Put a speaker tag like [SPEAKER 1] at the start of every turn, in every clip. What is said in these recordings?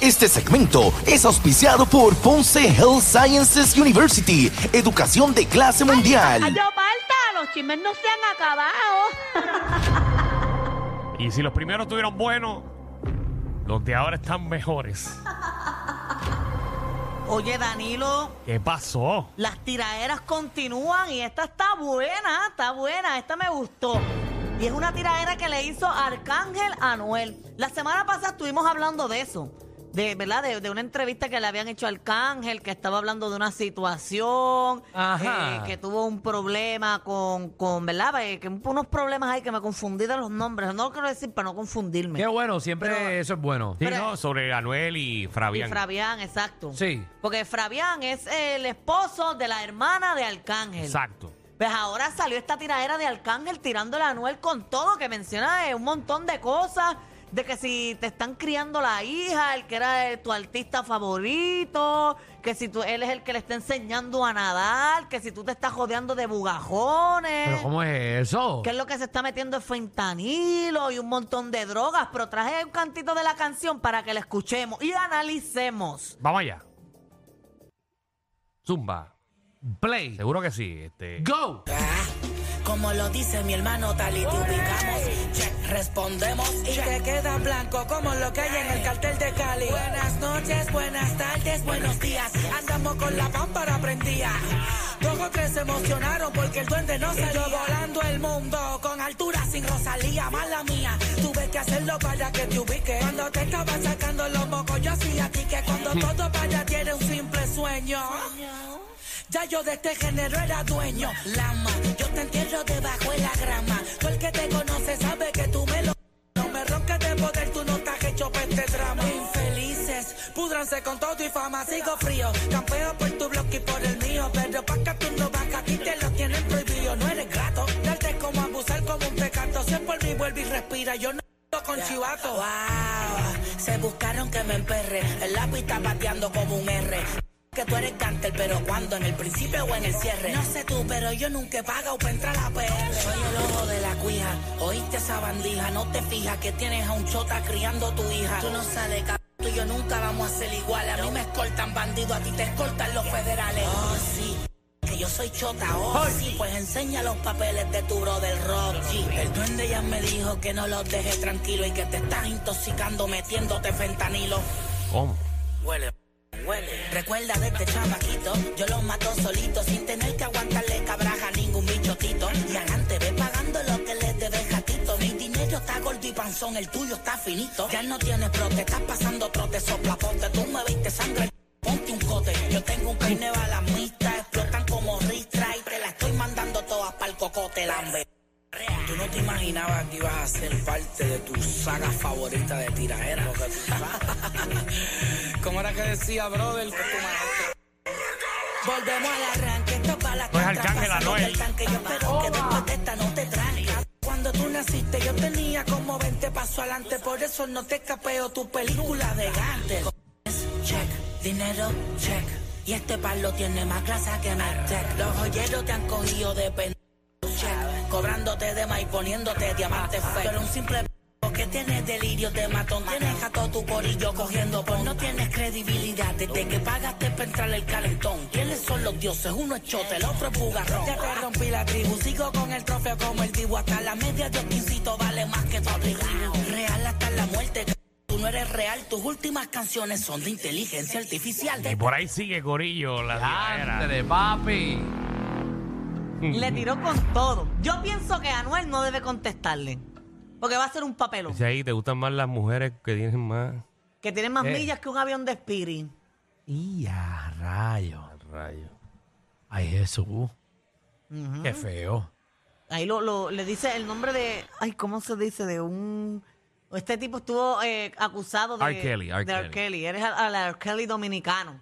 [SPEAKER 1] Este segmento es auspiciado por Ponce Health Sciences University, educación de clase
[SPEAKER 2] Ay,
[SPEAKER 1] mundial.
[SPEAKER 2] yo falta, los chismes no se han acabado.
[SPEAKER 3] Y si los primeros tuvieron buenos, los de ahora están mejores.
[SPEAKER 4] Oye, Danilo,
[SPEAKER 3] ¿Qué pasó?
[SPEAKER 4] las tiraderas continúan y esta está buena, está buena, esta me gustó. Y es una tiradera que le hizo Arcángel a Noel. La semana pasada estuvimos hablando de eso, de, ¿verdad? De, de una entrevista que le habían hecho a Arcángel, que estaba hablando de una situación,
[SPEAKER 3] Ajá.
[SPEAKER 4] eh, que tuvo un problema con, con ¿verdad? Eh, Que unos problemas ahí que me confundí de los nombres. No lo quiero decir para no confundirme.
[SPEAKER 5] Qué bueno, siempre eso es bueno.
[SPEAKER 3] Sí,
[SPEAKER 4] Pero-
[SPEAKER 3] no, sobre Anuel y Fabián.
[SPEAKER 4] Y Fabián, exacto.
[SPEAKER 5] Sí.
[SPEAKER 4] Porque Fabián es el esposo de la hermana de Arcángel.
[SPEAKER 3] Exacto.
[SPEAKER 4] Pues ahora salió esta tiradera de Arcángel tirándole a Anuel con todo, que menciona eh, un montón de cosas, de que si te están criando la hija, el que era eh, tu artista favorito, que si tú, él es el que le está enseñando a nadar, que si tú te estás jodeando de bugajones.
[SPEAKER 5] Pero ¿cómo es eso?
[SPEAKER 4] Que es lo que se está metiendo es fentanilo y un montón de drogas, pero traje un cantito de la canción para que la escuchemos y analicemos.
[SPEAKER 3] Vamos allá. Zumba.
[SPEAKER 5] Play.
[SPEAKER 3] Seguro que sí. Este.
[SPEAKER 5] Go.
[SPEAKER 6] Como lo dice mi hermano tal y te ubicamos, check, respondemos y te queda blanco como lo que hay en el cartel de Cali. Buenas noches, buenas tardes, buenos días. Andamos con la pámpara prendida. Dos o tres se emocionaron porque el duende no se yo volando el mundo con altura sin Rosalía, mala mía. Tuve que hacerlo para que te ubique. Cuando te estaba sacando los mocos, yo sí a ti que cuando todo vaya tiene un simple sueño. Ya yo de este género era dueño. Lama, yo te entierro debajo de la grama. Tú el que te conoce sabe que tú me lo... No me roncas de poder, tú no estás hecho para este drama. Infelices, pudranse con todo y fama. Sigo frío, campeo por tu bloque y por el mío. Pero pa' que tú no vas, que a ti te lo tienen prohibido. No eres grato, darte como abusar como un pecado. Si es por mí, vuelve y respira. Yo no con chivato. Wow, se buscaron que me emperre. El lápiz está pateando como un R que tú eres cánter, pero cuando en el principio o en el cierre. No sé tú, pero yo nunca he pagado para entrar a la PR. Soy el ojo de la cuija, oíste esa bandija, no te fijas que tienes a un chota criando tu hija. Tú no sales, cabrón, tú y yo nunca vamos a ser iguales. A mí me escoltan bandidos, a ti te escoltan los federales. Oh, sí. Que yo soy chota, oh, sí, pues enseña los papeles de tu brother Rocky. El duende ya me dijo que no los deje tranquilo y que te estás intoxicando metiéndote fentanilo.
[SPEAKER 3] ¿Cómo?
[SPEAKER 6] Huele, huele. Recuerda de este chamaquito, yo lo mato solito sin tener que aguantarle cabraja a ningún bichotito. Y adelante ve pagando lo que les debe gatito. Mi dinero está gordo y panzón, el tuyo está finito. Ya no tienes brote, estás pasando trote, soplapote. Tú me viste sangre, ponte un cote. Yo tengo un peine balamista, explotan como ristra y te la estoy mandando todas pa'l cocote, lambe. Tú no te imaginabas que ibas a ser parte de tu saga favorita de tiraera. ¿Cómo era que decía, brother? Volvemos al arranque, esto es para la
[SPEAKER 3] No es
[SPEAKER 6] cancha,
[SPEAKER 3] Arcángel,
[SPEAKER 6] pasando
[SPEAKER 3] Anuel.
[SPEAKER 6] del tanque, yo espero que después de esta no te tranca. Cuando tú naciste yo tenía como 20 pasos adelante, por eso no te escapeo tu película de gante. Check, dinero, check. Y este palo tiene más grasa que Tech. Los joyeros te han cogido de pendejo, check. Cobrándote de más y poniéndote diamante fake. Pero un simple p- que tienes delirio de matón. Tienes a todo tu corillo cogiendo por no tienes credibilidad. Desde que pagaste para entrar el calentón. ¿Quiénes son los dioses? Uno es chote, el otro es bugarrón. Ya te rompí la tribu, sigo con el trofeo como el divo. Hasta la media de quincito vale más que tu abrigado. Real hasta la muerte. c- Tú no eres real, tus últimas canciones son de inteligencia artificial.
[SPEAKER 3] Y por ahí sigue Corillo, la tiradera.
[SPEAKER 5] Andre, papi.
[SPEAKER 4] Le tiró con todo. Yo pienso que Anuel no debe contestarle, porque va a ser un papelón.
[SPEAKER 3] Dice ahí, ¿te gustan más las mujeres que tienen más?
[SPEAKER 4] Que tiene más
[SPEAKER 5] Eh.
[SPEAKER 4] millas que un avión de Spirit.
[SPEAKER 5] Y a rayo.
[SPEAKER 3] Rayo.
[SPEAKER 5] Ay, Jesús. Qué feo.
[SPEAKER 4] Ahí lo, lo- le dice el nombre de. Ay, ¿cómo se dice? De un. Este tipo estuvo eh, acusado de.
[SPEAKER 3] R. Kelly, R.
[SPEAKER 4] de R.
[SPEAKER 3] Kelly.
[SPEAKER 4] Kelly. Eres al, al R. Kelly dominicano.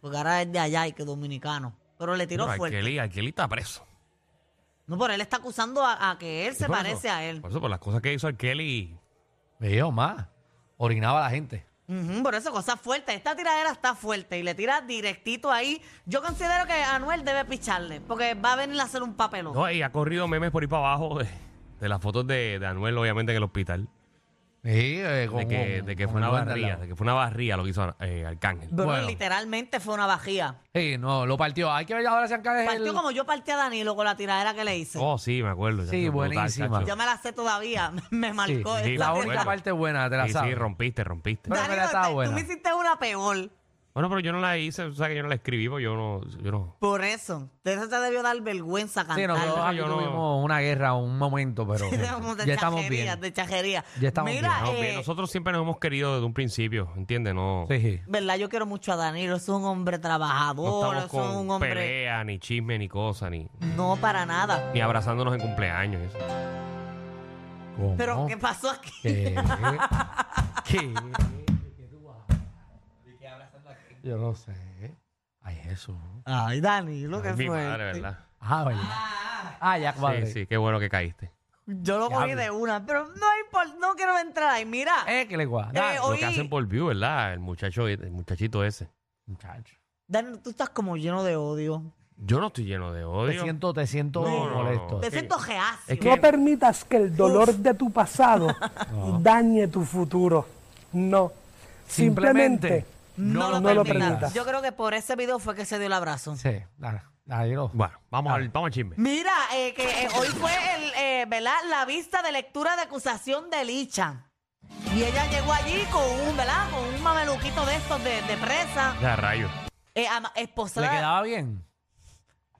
[SPEAKER 4] Porque ahora es de allá y que dominicano. Pero le tiró
[SPEAKER 3] Pero
[SPEAKER 4] fuerte.
[SPEAKER 3] Arkeli, Arkeli está preso.
[SPEAKER 4] No, pero él está acusando a, a que él se
[SPEAKER 3] Por eso-
[SPEAKER 4] parece a él.
[SPEAKER 3] Por eso, por las cosas que hizo Arkeli.
[SPEAKER 5] Veo más. Orinaba la gente.
[SPEAKER 4] Ujú, por eso, cosas fuertes. Esta tiradera está fuerte y le tira directito ahí. Yo considero que Anuel debe picharle porque va a venir a hacer un papelón.
[SPEAKER 3] No, y ha corrido memes por ahí para abajo de, de las fotos de, de Anuel, obviamente, en el hospital.
[SPEAKER 5] Sí, eh, con-
[SPEAKER 7] de que,
[SPEAKER 5] con-
[SPEAKER 7] de que
[SPEAKER 5] con
[SPEAKER 7] fue una
[SPEAKER 5] el lugar al
[SPEAKER 7] barría,
[SPEAKER 5] lado.
[SPEAKER 7] de que fue una barría lo que hizo eh, Arcángel.
[SPEAKER 4] Bro,
[SPEAKER 5] Bueno.
[SPEAKER 4] literalmente fue una bajía.
[SPEAKER 5] Sí, no, lo partió. Hay que ver ahora si Arcángel es el-
[SPEAKER 4] Partió como yo partí a Danilo con la tiradera que le hice.
[SPEAKER 7] Oh, sí, me acuerdo.
[SPEAKER 5] Sí,
[SPEAKER 7] chacho, brutal,
[SPEAKER 5] buenísima.
[SPEAKER 4] Yo
[SPEAKER 7] chacho.
[SPEAKER 4] me la sé todavía. Me
[SPEAKER 5] Sí,
[SPEAKER 4] marcó
[SPEAKER 7] sí,
[SPEAKER 4] esa
[SPEAKER 5] La
[SPEAKER 7] bueno.
[SPEAKER 5] única
[SPEAKER 4] tiradera.
[SPEAKER 5] parte buena, te la
[SPEAKER 7] Sí,
[SPEAKER 5] sabes.
[SPEAKER 7] sí, rompiste, rompiste.
[SPEAKER 5] Bueno, pero
[SPEAKER 4] Danilo,
[SPEAKER 5] está
[SPEAKER 4] te-
[SPEAKER 5] buena.
[SPEAKER 4] tú me hiciste una peor.
[SPEAKER 7] Bueno, pero yo no la hice, o sea que yo no la escribí, porque yo no, yo no.
[SPEAKER 4] Por eso. De eso te debió dar vergüenza
[SPEAKER 5] Sí,
[SPEAKER 4] cantar.
[SPEAKER 5] nosotros aquí
[SPEAKER 7] yo no-
[SPEAKER 5] tuvimos una guerra, un momento, pero
[SPEAKER 4] de
[SPEAKER 5] ya estamos
[SPEAKER 4] chajería,
[SPEAKER 5] bien.
[SPEAKER 4] de chajería.
[SPEAKER 5] Ya estamos
[SPEAKER 4] Mira,
[SPEAKER 7] Estamos bien.
[SPEAKER 4] eh,
[SPEAKER 7] Nosotros siempre nos hemos querido desde un principio, ¿entiendes? No,
[SPEAKER 5] Sí, sí.
[SPEAKER 4] verdad, yo quiero mucho a Danilo. Es un hombre
[SPEAKER 7] no
[SPEAKER 4] trabajador,
[SPEAKER 7] estamos
[SPEAKER 4] es Oh, un
[SPEAKER 7] con
[SPEAKER 4] hombre.
[SPEAKER 7] pelea, ni chisme, ni cosa, ni,
[SPEAKER 4] No, para nada.
[SPEAKER 7] ni abrazándonos en cumpleaños. Eso.
[SPEAKER 5] ¿Cómo?
[SPEAKER 4] Pero, ¿qué pasó aquí?
[SPEAKER 5] ¿Qué? ¿Qué? Yo no sé. Ay, Jesús.
[SPEAKER 4] Ay, Danilo,
[SPEAKER 7] Ay,
[SPEAKER 4] Oh, qué
[SPEAKER 7] mi
[SPEAKER 4] fue.
[SPEAKER 7] madre, ¿verdad?
[SPEAKER 5] Ah, ¿verdad? Ah, ya, vale.
[SPEAKER 7] Sí, sí, qué bueno que caíste.
[SPEAKER 4] Yo lo cogí de una, pero no importa, no quiero entrar ahí. Mira,
[SPEAKER 5] Eh, que le guarda.
[SPEAKER 4] eh,
[SPEAKER 7] Lo que hacen
[SPEAKER 4] hoy,
[SPEAKER 7] por view, ¿verdad? El muchacho, el muchachito ese.
[SPEAKER 5] Muchacho.
[SPEAKER 4] Danilo, tú estás como lleno de odio.
[SPEAKER 7] Yo no estoy lleno de
[SPEAKER 5] Te
[SPEAKER 7] odio.
[SPEAKER 5] siento, te siento
[SPEAKER 7] No, no, no.
[SPEAKER 5] molesto.
[SPEAKER 4] Te siento reacio.
[SPEAKER 7] que-
[SPEAKER 8] No permitas que el dolor de tu pasado dañe tu futuro. No. Simplemente,
[SPEAKER 5] no,
[SPEAKER 8] no lo
[SPEAKER 4] permitas.
[SPEAKER 8] permitas.
[SPEAKER 4] Yo creo que por ese video fue que se dio el abrazo.
[SPEAKER 5] Sí, nada, nada, yo no.
[SPEAKER 7] Bueno, vamos al, vamos al chisme.
[SPEAKER 4] Mira, eh, que eh, hoy fue el, eh, ¿verdad? la vista de lectura de acusación de Licha. Y ella llegó allí con un, ¿verdad? Con un mameluquito de estos de, de presa,
[SPEAKER 7] Ya, rayos.
[SPEAKER 4] eh, ama-
[SPEAKER 5] ¿Le
[SPEAKER 4] esposada,
[SPEAKER 5] quedaba bien?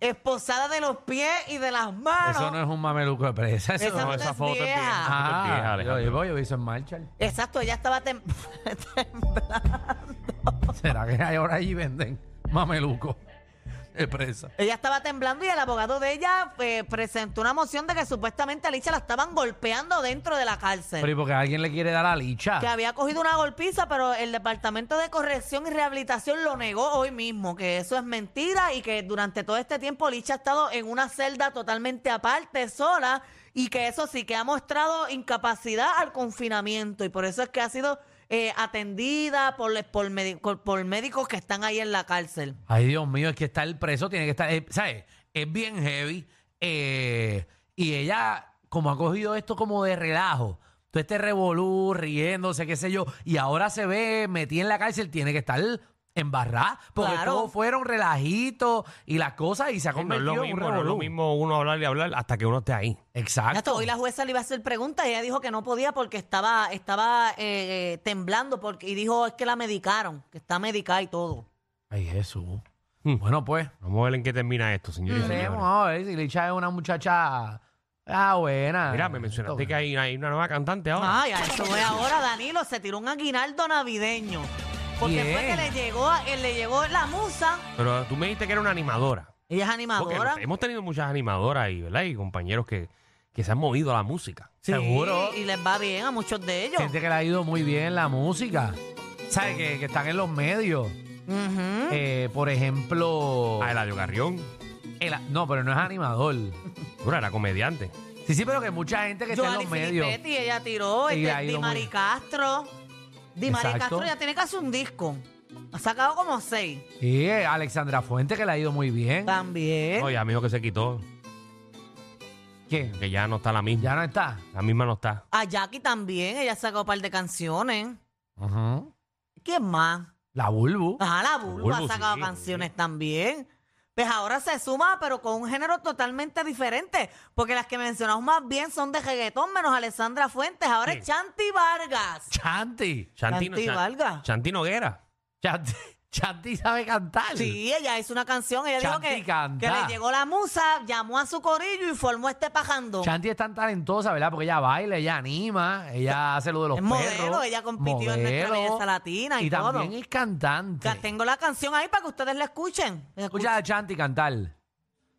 [SPEAKER 4] esposada de los pies y de las manos.
[SPEAKER 5] Eso no es un mameluco de presa. Eso
[SPEAKER 4] Esa
[SPEAKER 5] no
[SPEAKER 4] foto
[SPEAKER 5] es.
[SPEAKER 4] es vieja.
[SPEAKER 5] Ah,
[SPEAKER 7] vieja,
[SPEAKER 5] yo,
[SPEAKER 7] Alejandro.
[SPEAKER 5] yo, yo hice en marcha.
[SPEAKER 4] Exacto, ella estaba tem- temblando.
[SPEAKER 5] ¿Será que hay ahora allí venden mameluco de presa?
[SPEAKER 4] Ella estaba temblando y el abogado de ella eh, presentó una moción de que supuestamente a Licha la estaban golpeando dentro de la cárcel.
[SPEAKER 5] Pero ¿y porque alguien le quiere dar a licha?
[SPEAKER 4] que había cogido una golpiza, pero el Departamento de Corrección y Rehabilitación lo negó hoy mismo, que eso es mentira y que durante todo este tiempo Licha ha estado en una celda totalmente aparte, sola, y que eso sí que ha mostrado incapacidad al confinamiento y por eso es que ha sido eh, atendida por, por, medi- por- por médicos que están ahí en la cárcel.
[SPEAKER 5] Ay, Dios mío, es que está el preso, tiene que estar, eh, ¿sabes? Es bien heavy. eh, y ella, como ha cogido esto como de relajo, todo este revolú, riéndose, qué sé yo, y ahora se ve metida en la cárcel, tiene que estar embarrada, porque
[SPEAKER 4] Claro.
[SPEAKER 5] todos fueron relajitos y las cosas, y se ha
[SPEAKER 7] No es
[SPEAKER 5] convertido
[SPEAKER 7] lo
[SPEAKER 5] en un
[SPEAKER 7] mismo, no es
[SPEAKER 5] revolú.
[SPEAKER 7] lo mismo uno hablar y hablar hasta que uno esté ahí.
[SPEAKER 4] Hasta
[SPEAKER 5] Exacto.
[SPEAKER 4] hoy la jueza le iba a hacer preguntas y ella dijo que no podía porque estaba, estaba eh, temblando porque, y dijo es que la medicaron, que está medicada y todo.
[SPEAKER 5] Ay, Jesús.
[SPEAKER 7] Hmm.
[SPEAKER 5] Bueno, pues,
[SPEAKER 7] Vamos a ver en qué termina esto, señores y señores.
[SPEAKER 5] veremos, a ver si Licha es una muchacha ah, buena.
[SPEAKER 7] Mira, me mencionaste que hay, hay una nueva cantante
[SPEAKER 5] Ah.
[SPEAKER 7] ahora.
[SPEAKER 4] Ay, a eso voy ahora, Danilo. Se tiró un aguinaldo navideño. Porque
[SPEAKER 5] Bien.
[SPEAKER 4] fue que le llegó, a- eh, le llegó la musa.
[SPEAKER 7] Pero tú me dijiste que era una animadora.
[SPEAKER 4] Ella es
[SPEAKER 7] Porque
[SPEAKER 4] animadora.
[SPEAKER 7] hemos tenido muchas animadoras y, ¿verdad? y compañeros que, que se han movido a la música.
[SPEAKER 4] Sí,
[SPEAKER 5] Seguro.
[SPEAKER 4] Y les va bien a muchos de ellos.
[SPEAKER 5] Gente que le ha ido muy bien en la música. ¿Sabes? Que, que están en los medios.
[SPEAKER 4] Ujú.
[SPEAKER 5] Eh, por ejemplo.
[SPEAKER 7] A Eladio Carrión.
[SPEAKER 5] el- no, pero no es animador.
[SPEAKER 7] Bueno, era comediante.
[SPEAKER 5] Sí, sí, pero que mucha gente que está en
[SPEAKER 4] Joanny
[SPEAKER 5] los medios.
[SPEAKER 4] Filippetti, ella tiró.
[SPEAKER 5] Sí, le ha
[SPEAKER 4] Este,
[SPEAKER 5] ido
[SPEAKER 4] Di
[SPEAKER 5] muy
[SPEAKER 4] Mari
[SPEAKER 5] bien.
[SPEAKER 4] Castro. Di Mari
[SPEAKER 5] Exacto.
[SPEAKER 4] Castro ya tiene casi un disco. Ha sacado como seis.
[SPEAKER 5] Sí, eh, Alexandra Fuente que le ha ido muy bien.
[SPEAKER 4] Ah. También.
[SPEAKER 7] Oye, amigo que se quitó,
[SPEAKER 5] ¿Quién?
[SPEAKER 7] que ya no está la misma.
[SPEAKER 5] Ya no está.
[SPEAKER 7] La misma no está.
[SPEAKER 4] A Jackie también. Ella ha sacado un par de canciones.
[SPEAKER 5] Ujú.
[SPEAKER 4] ¿Quién más?
[SPEAKER 5] La Bulbu.
[SPEAKER 4] Ajá, la Bulbo ha
[SPEAKER 7] Bulbo,
[SPEAKER 4] sacado
[SPEAKER 7] sí,
[SPEAKER 4] canciones también. Pues ahora se suma, pero con un género totalmente diferente. Porque las que mencionamos más bien son de reggaetón, menos Alessandra Fuentes. Ahora es Chanti Vargas.
[SPEAKER 5] Chanti.
[SPEAKER 7] Chanti,
[SPEAKER 4] Chanti Valga.
[SPEAKER 7] Chanti Noguera.
[SPEAKER 5] Chanti. Chanti sabe cantar.
[SPEAKER 4] Sí, ella hizo una canción. Ella
[SPEAKER 5] Chanti
[SPEAKER 4] dijo que,
[SPEAKER 5] canta.
[SPEAKER 4] que le llegó la musa, llamó a su corillo y formó este pajando.
[SPEAKER 5] Chanti es tan talentosa, ¿verdad? Porque ella baila, ella anima, ella hace lo de los
[SPEAKER 4] Es
[SPEAKER 5] perros.
[SPEAKER 4] modelo, ella compitió en Nuestra
[SPEAKER 5] modelo,
[SPEAKER 4] Belleza Latina y todo.
[SPEAKER 5] también es cantante.
[SPEAKER 4] Ya Tengo la canción ahí para que ustedes la escuchen.
[SPEAKER 5] Escucha a Chanti cantar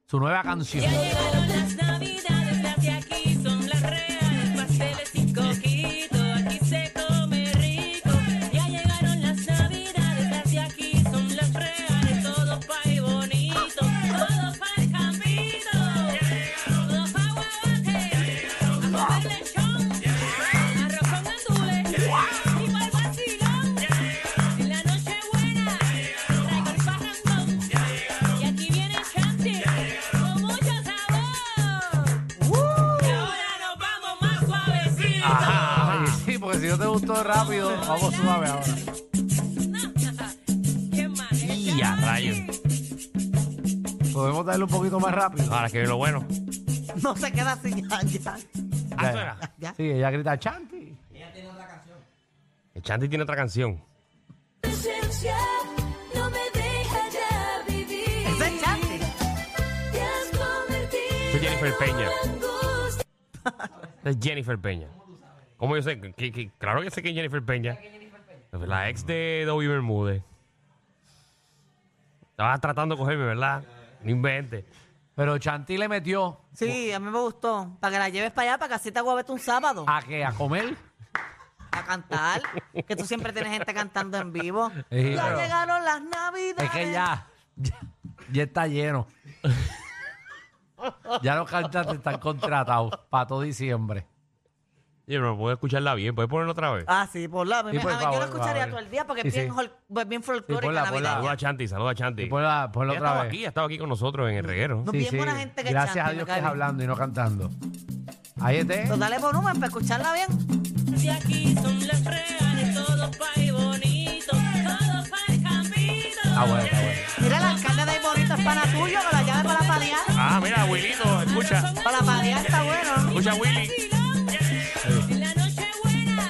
[SPEAKER 5] su nueva canción.
[SPEAKER 9] Llegaron las navidades, las de aquí son las reales, pasteles y coquito, aquí se come rico. Ya llegaron las navidades, las de aquí son las reales, todo pa' y bonito, todo pa' el campito, todo pa' huevote, a comer lechón, arroz con gandules y pa'l vacilón. En la noche buena, traigo el parrandón. Y aquí viene Chanti con mucho sabor.
[SPEAKER 5] pasando rápido. Vamos suave ahora.
[SPEAKER 7] Y a rayos.
[SPEAKER 5] Podemos darle un poquito más rápido.
[SPEAKER 7] Ahora que viene lo bueno.
[SPEAKER 4] No se queda así ya, ya.
[SPEAKER 7] Ah, eso era.
[SPEAKER 4] ya.
[SPEAKER 5] Sí, ella grita Chanti.
[SPEAKER 7] El Chanti tiene otra canción.
[SPEAKER 6] Presencia no me deja ya vivir.
[SPEAKER 4] Ese es Chanti.
[SPEAKER 6] Te has
[SPEAKER 7] Eso es
[SPEAKER 6] convertido
[SPEAKER 7] Jennifer Peña.
[SPEAKER 6] en angustia.
[SPEAKER 7] Eso es Jennifer Peña. ¿Cómo yo sé? Que- que- claro que sé que es Jennifer Peña. La ex de Dobby Bermúdez. Estaba tratando de cogerme, ¿verdad? No inventes.
[SPEAKER 5] Pero Chanti le metió
[SPEAKER 4] Sí, a mí me gustó. Para que la lleves para allá, para que así te agobete un sábado.
[SPEAKER 5] a que a comer.
[SPEAKER 4] A cantar. que tú siempre tienes gente cantando en vivo.
[SPEAKER 5] Sí,
[SPEAKER 4] ya
[SPEAKER 5] pero-
[SPEAKER 4] llegaron las navidades.
[SPEAKER 5] Es que ya, ya, ya está lleno. ya los cantantes están contratados para todo diciembre.
[SPEAKER 7] Oye, pero puedo escucharla bien. ¿Puedes ponerla otra vez?
[SPEAKER 4] Ah, sí, por la.
[SPEAKER 5] Sí, por
[SPEAKER 4] a ver,
[SPEAKER 5] favor,
[SPEAKER 4] yo lo escucharía
[SPEAKER 5] por favor.
[SPEAKER 4] todo el día porque es
[SPEAKER 5] Sí,
[SPEAKER 4] bien,
[SPEAKER 5] sí.
[SPEAKER 4] hol- pues bien folclórica
[SPEAKER 5] ponla, ponla.
[SPEAKER 4] navideña.
[SPEAKER 7] Saluda a Chanti, saluda a Chanti.
[SPEAKER 5] Ponla, ponla
[SPEAKER 7] Ella
[SPEAKER 5] otra
[SPEAKER 7] estaba
[SPEAKER 5] vez.
[SPEAKER 7] aquí, ha estado aquí con nosotros en el reguero.
[SPEAKER 4] No, bien buena gente que
[SPEAKER 5] Gracias
[SPEAKER 4] chanta,
[SPEAKER 5] a Dios
[SPEAKER 4] me
[SPEAKER 5] que
[SPEAKER 4] cae
[SPEAKER 5] es
[SPEAKER 4] bien.
[SPEAKER 5] hablando y no cantando. Ahí está.
[SPEAKER 4] Pero dale volumen para escucharla bien.
[SPEAKER 6] De aquí son las reales, todo pay bonito, todo pay cambido.
[SPEAKER 5] Ah, bueno, está bueno.
[SPEAKER 4] Mira, la alcalde de Bonito es pana tuyo, con la llave para la paliar.
[SPEAKER 7] Ah, mira, Wilito, escucha.
[SPEAKER 4] Para la paliar está bueno.
[SPEAKER 7] Escucha, Willy.
[SPEAKER 6] En la noche buena,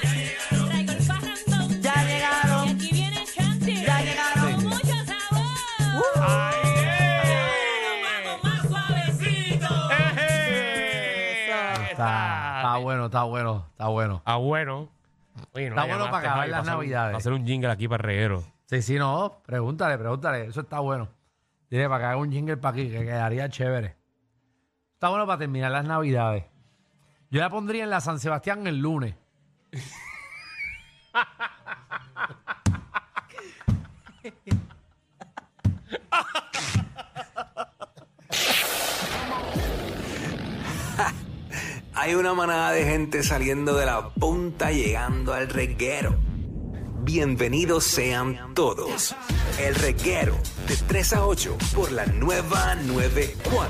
[SPEAKER 6] traigo el parrandón.
[SPEAKER 4] Ya
[SPEAKER 6] Y
[SPEAKER 4] llegaron,
[SPEAKER 6] aquí viene Chanti,
[SPEAKER 4] ya llegaron.
[SPEAKER 6] con mucho sabor.
[SPEAKER 5] Eh.
[SPEAKER 6] Vamos más suavecito.
[SPEAKER 7] Ejé.
[SPEAKER 5] Está, está bueno, está bueno, está bueno.
[SPEAKER 7] Ah, bueno. Oye, no la
[SPEAKER 5] Está bueno
[SPEAKER 7] llamaste,
[SPEAKER 5] para acabar
[SPEAKER 7] Javi,
[SPEAKER 5] las
[SPEAKER 7] hacer un-
[SPEAKER 5] navidades.
[SPEAKER 7] para hacer un jingle aquí para el reguero.
[SPEAKER 5] Sí, sí, no, pregúntale, pregúntale. Eso está bueno. Dile, para que haga un jingle para aquí, que quedaría chévere. Está bueno para terminar las navidades. Yo la pondría en la San Sebastián el lunes.
[SPEAKER 10] Hay una manada de gente saliendo de la punta llegando al reguero. Bienvenidos sean todos. El reguero de 3 a 8 por la nueva 94.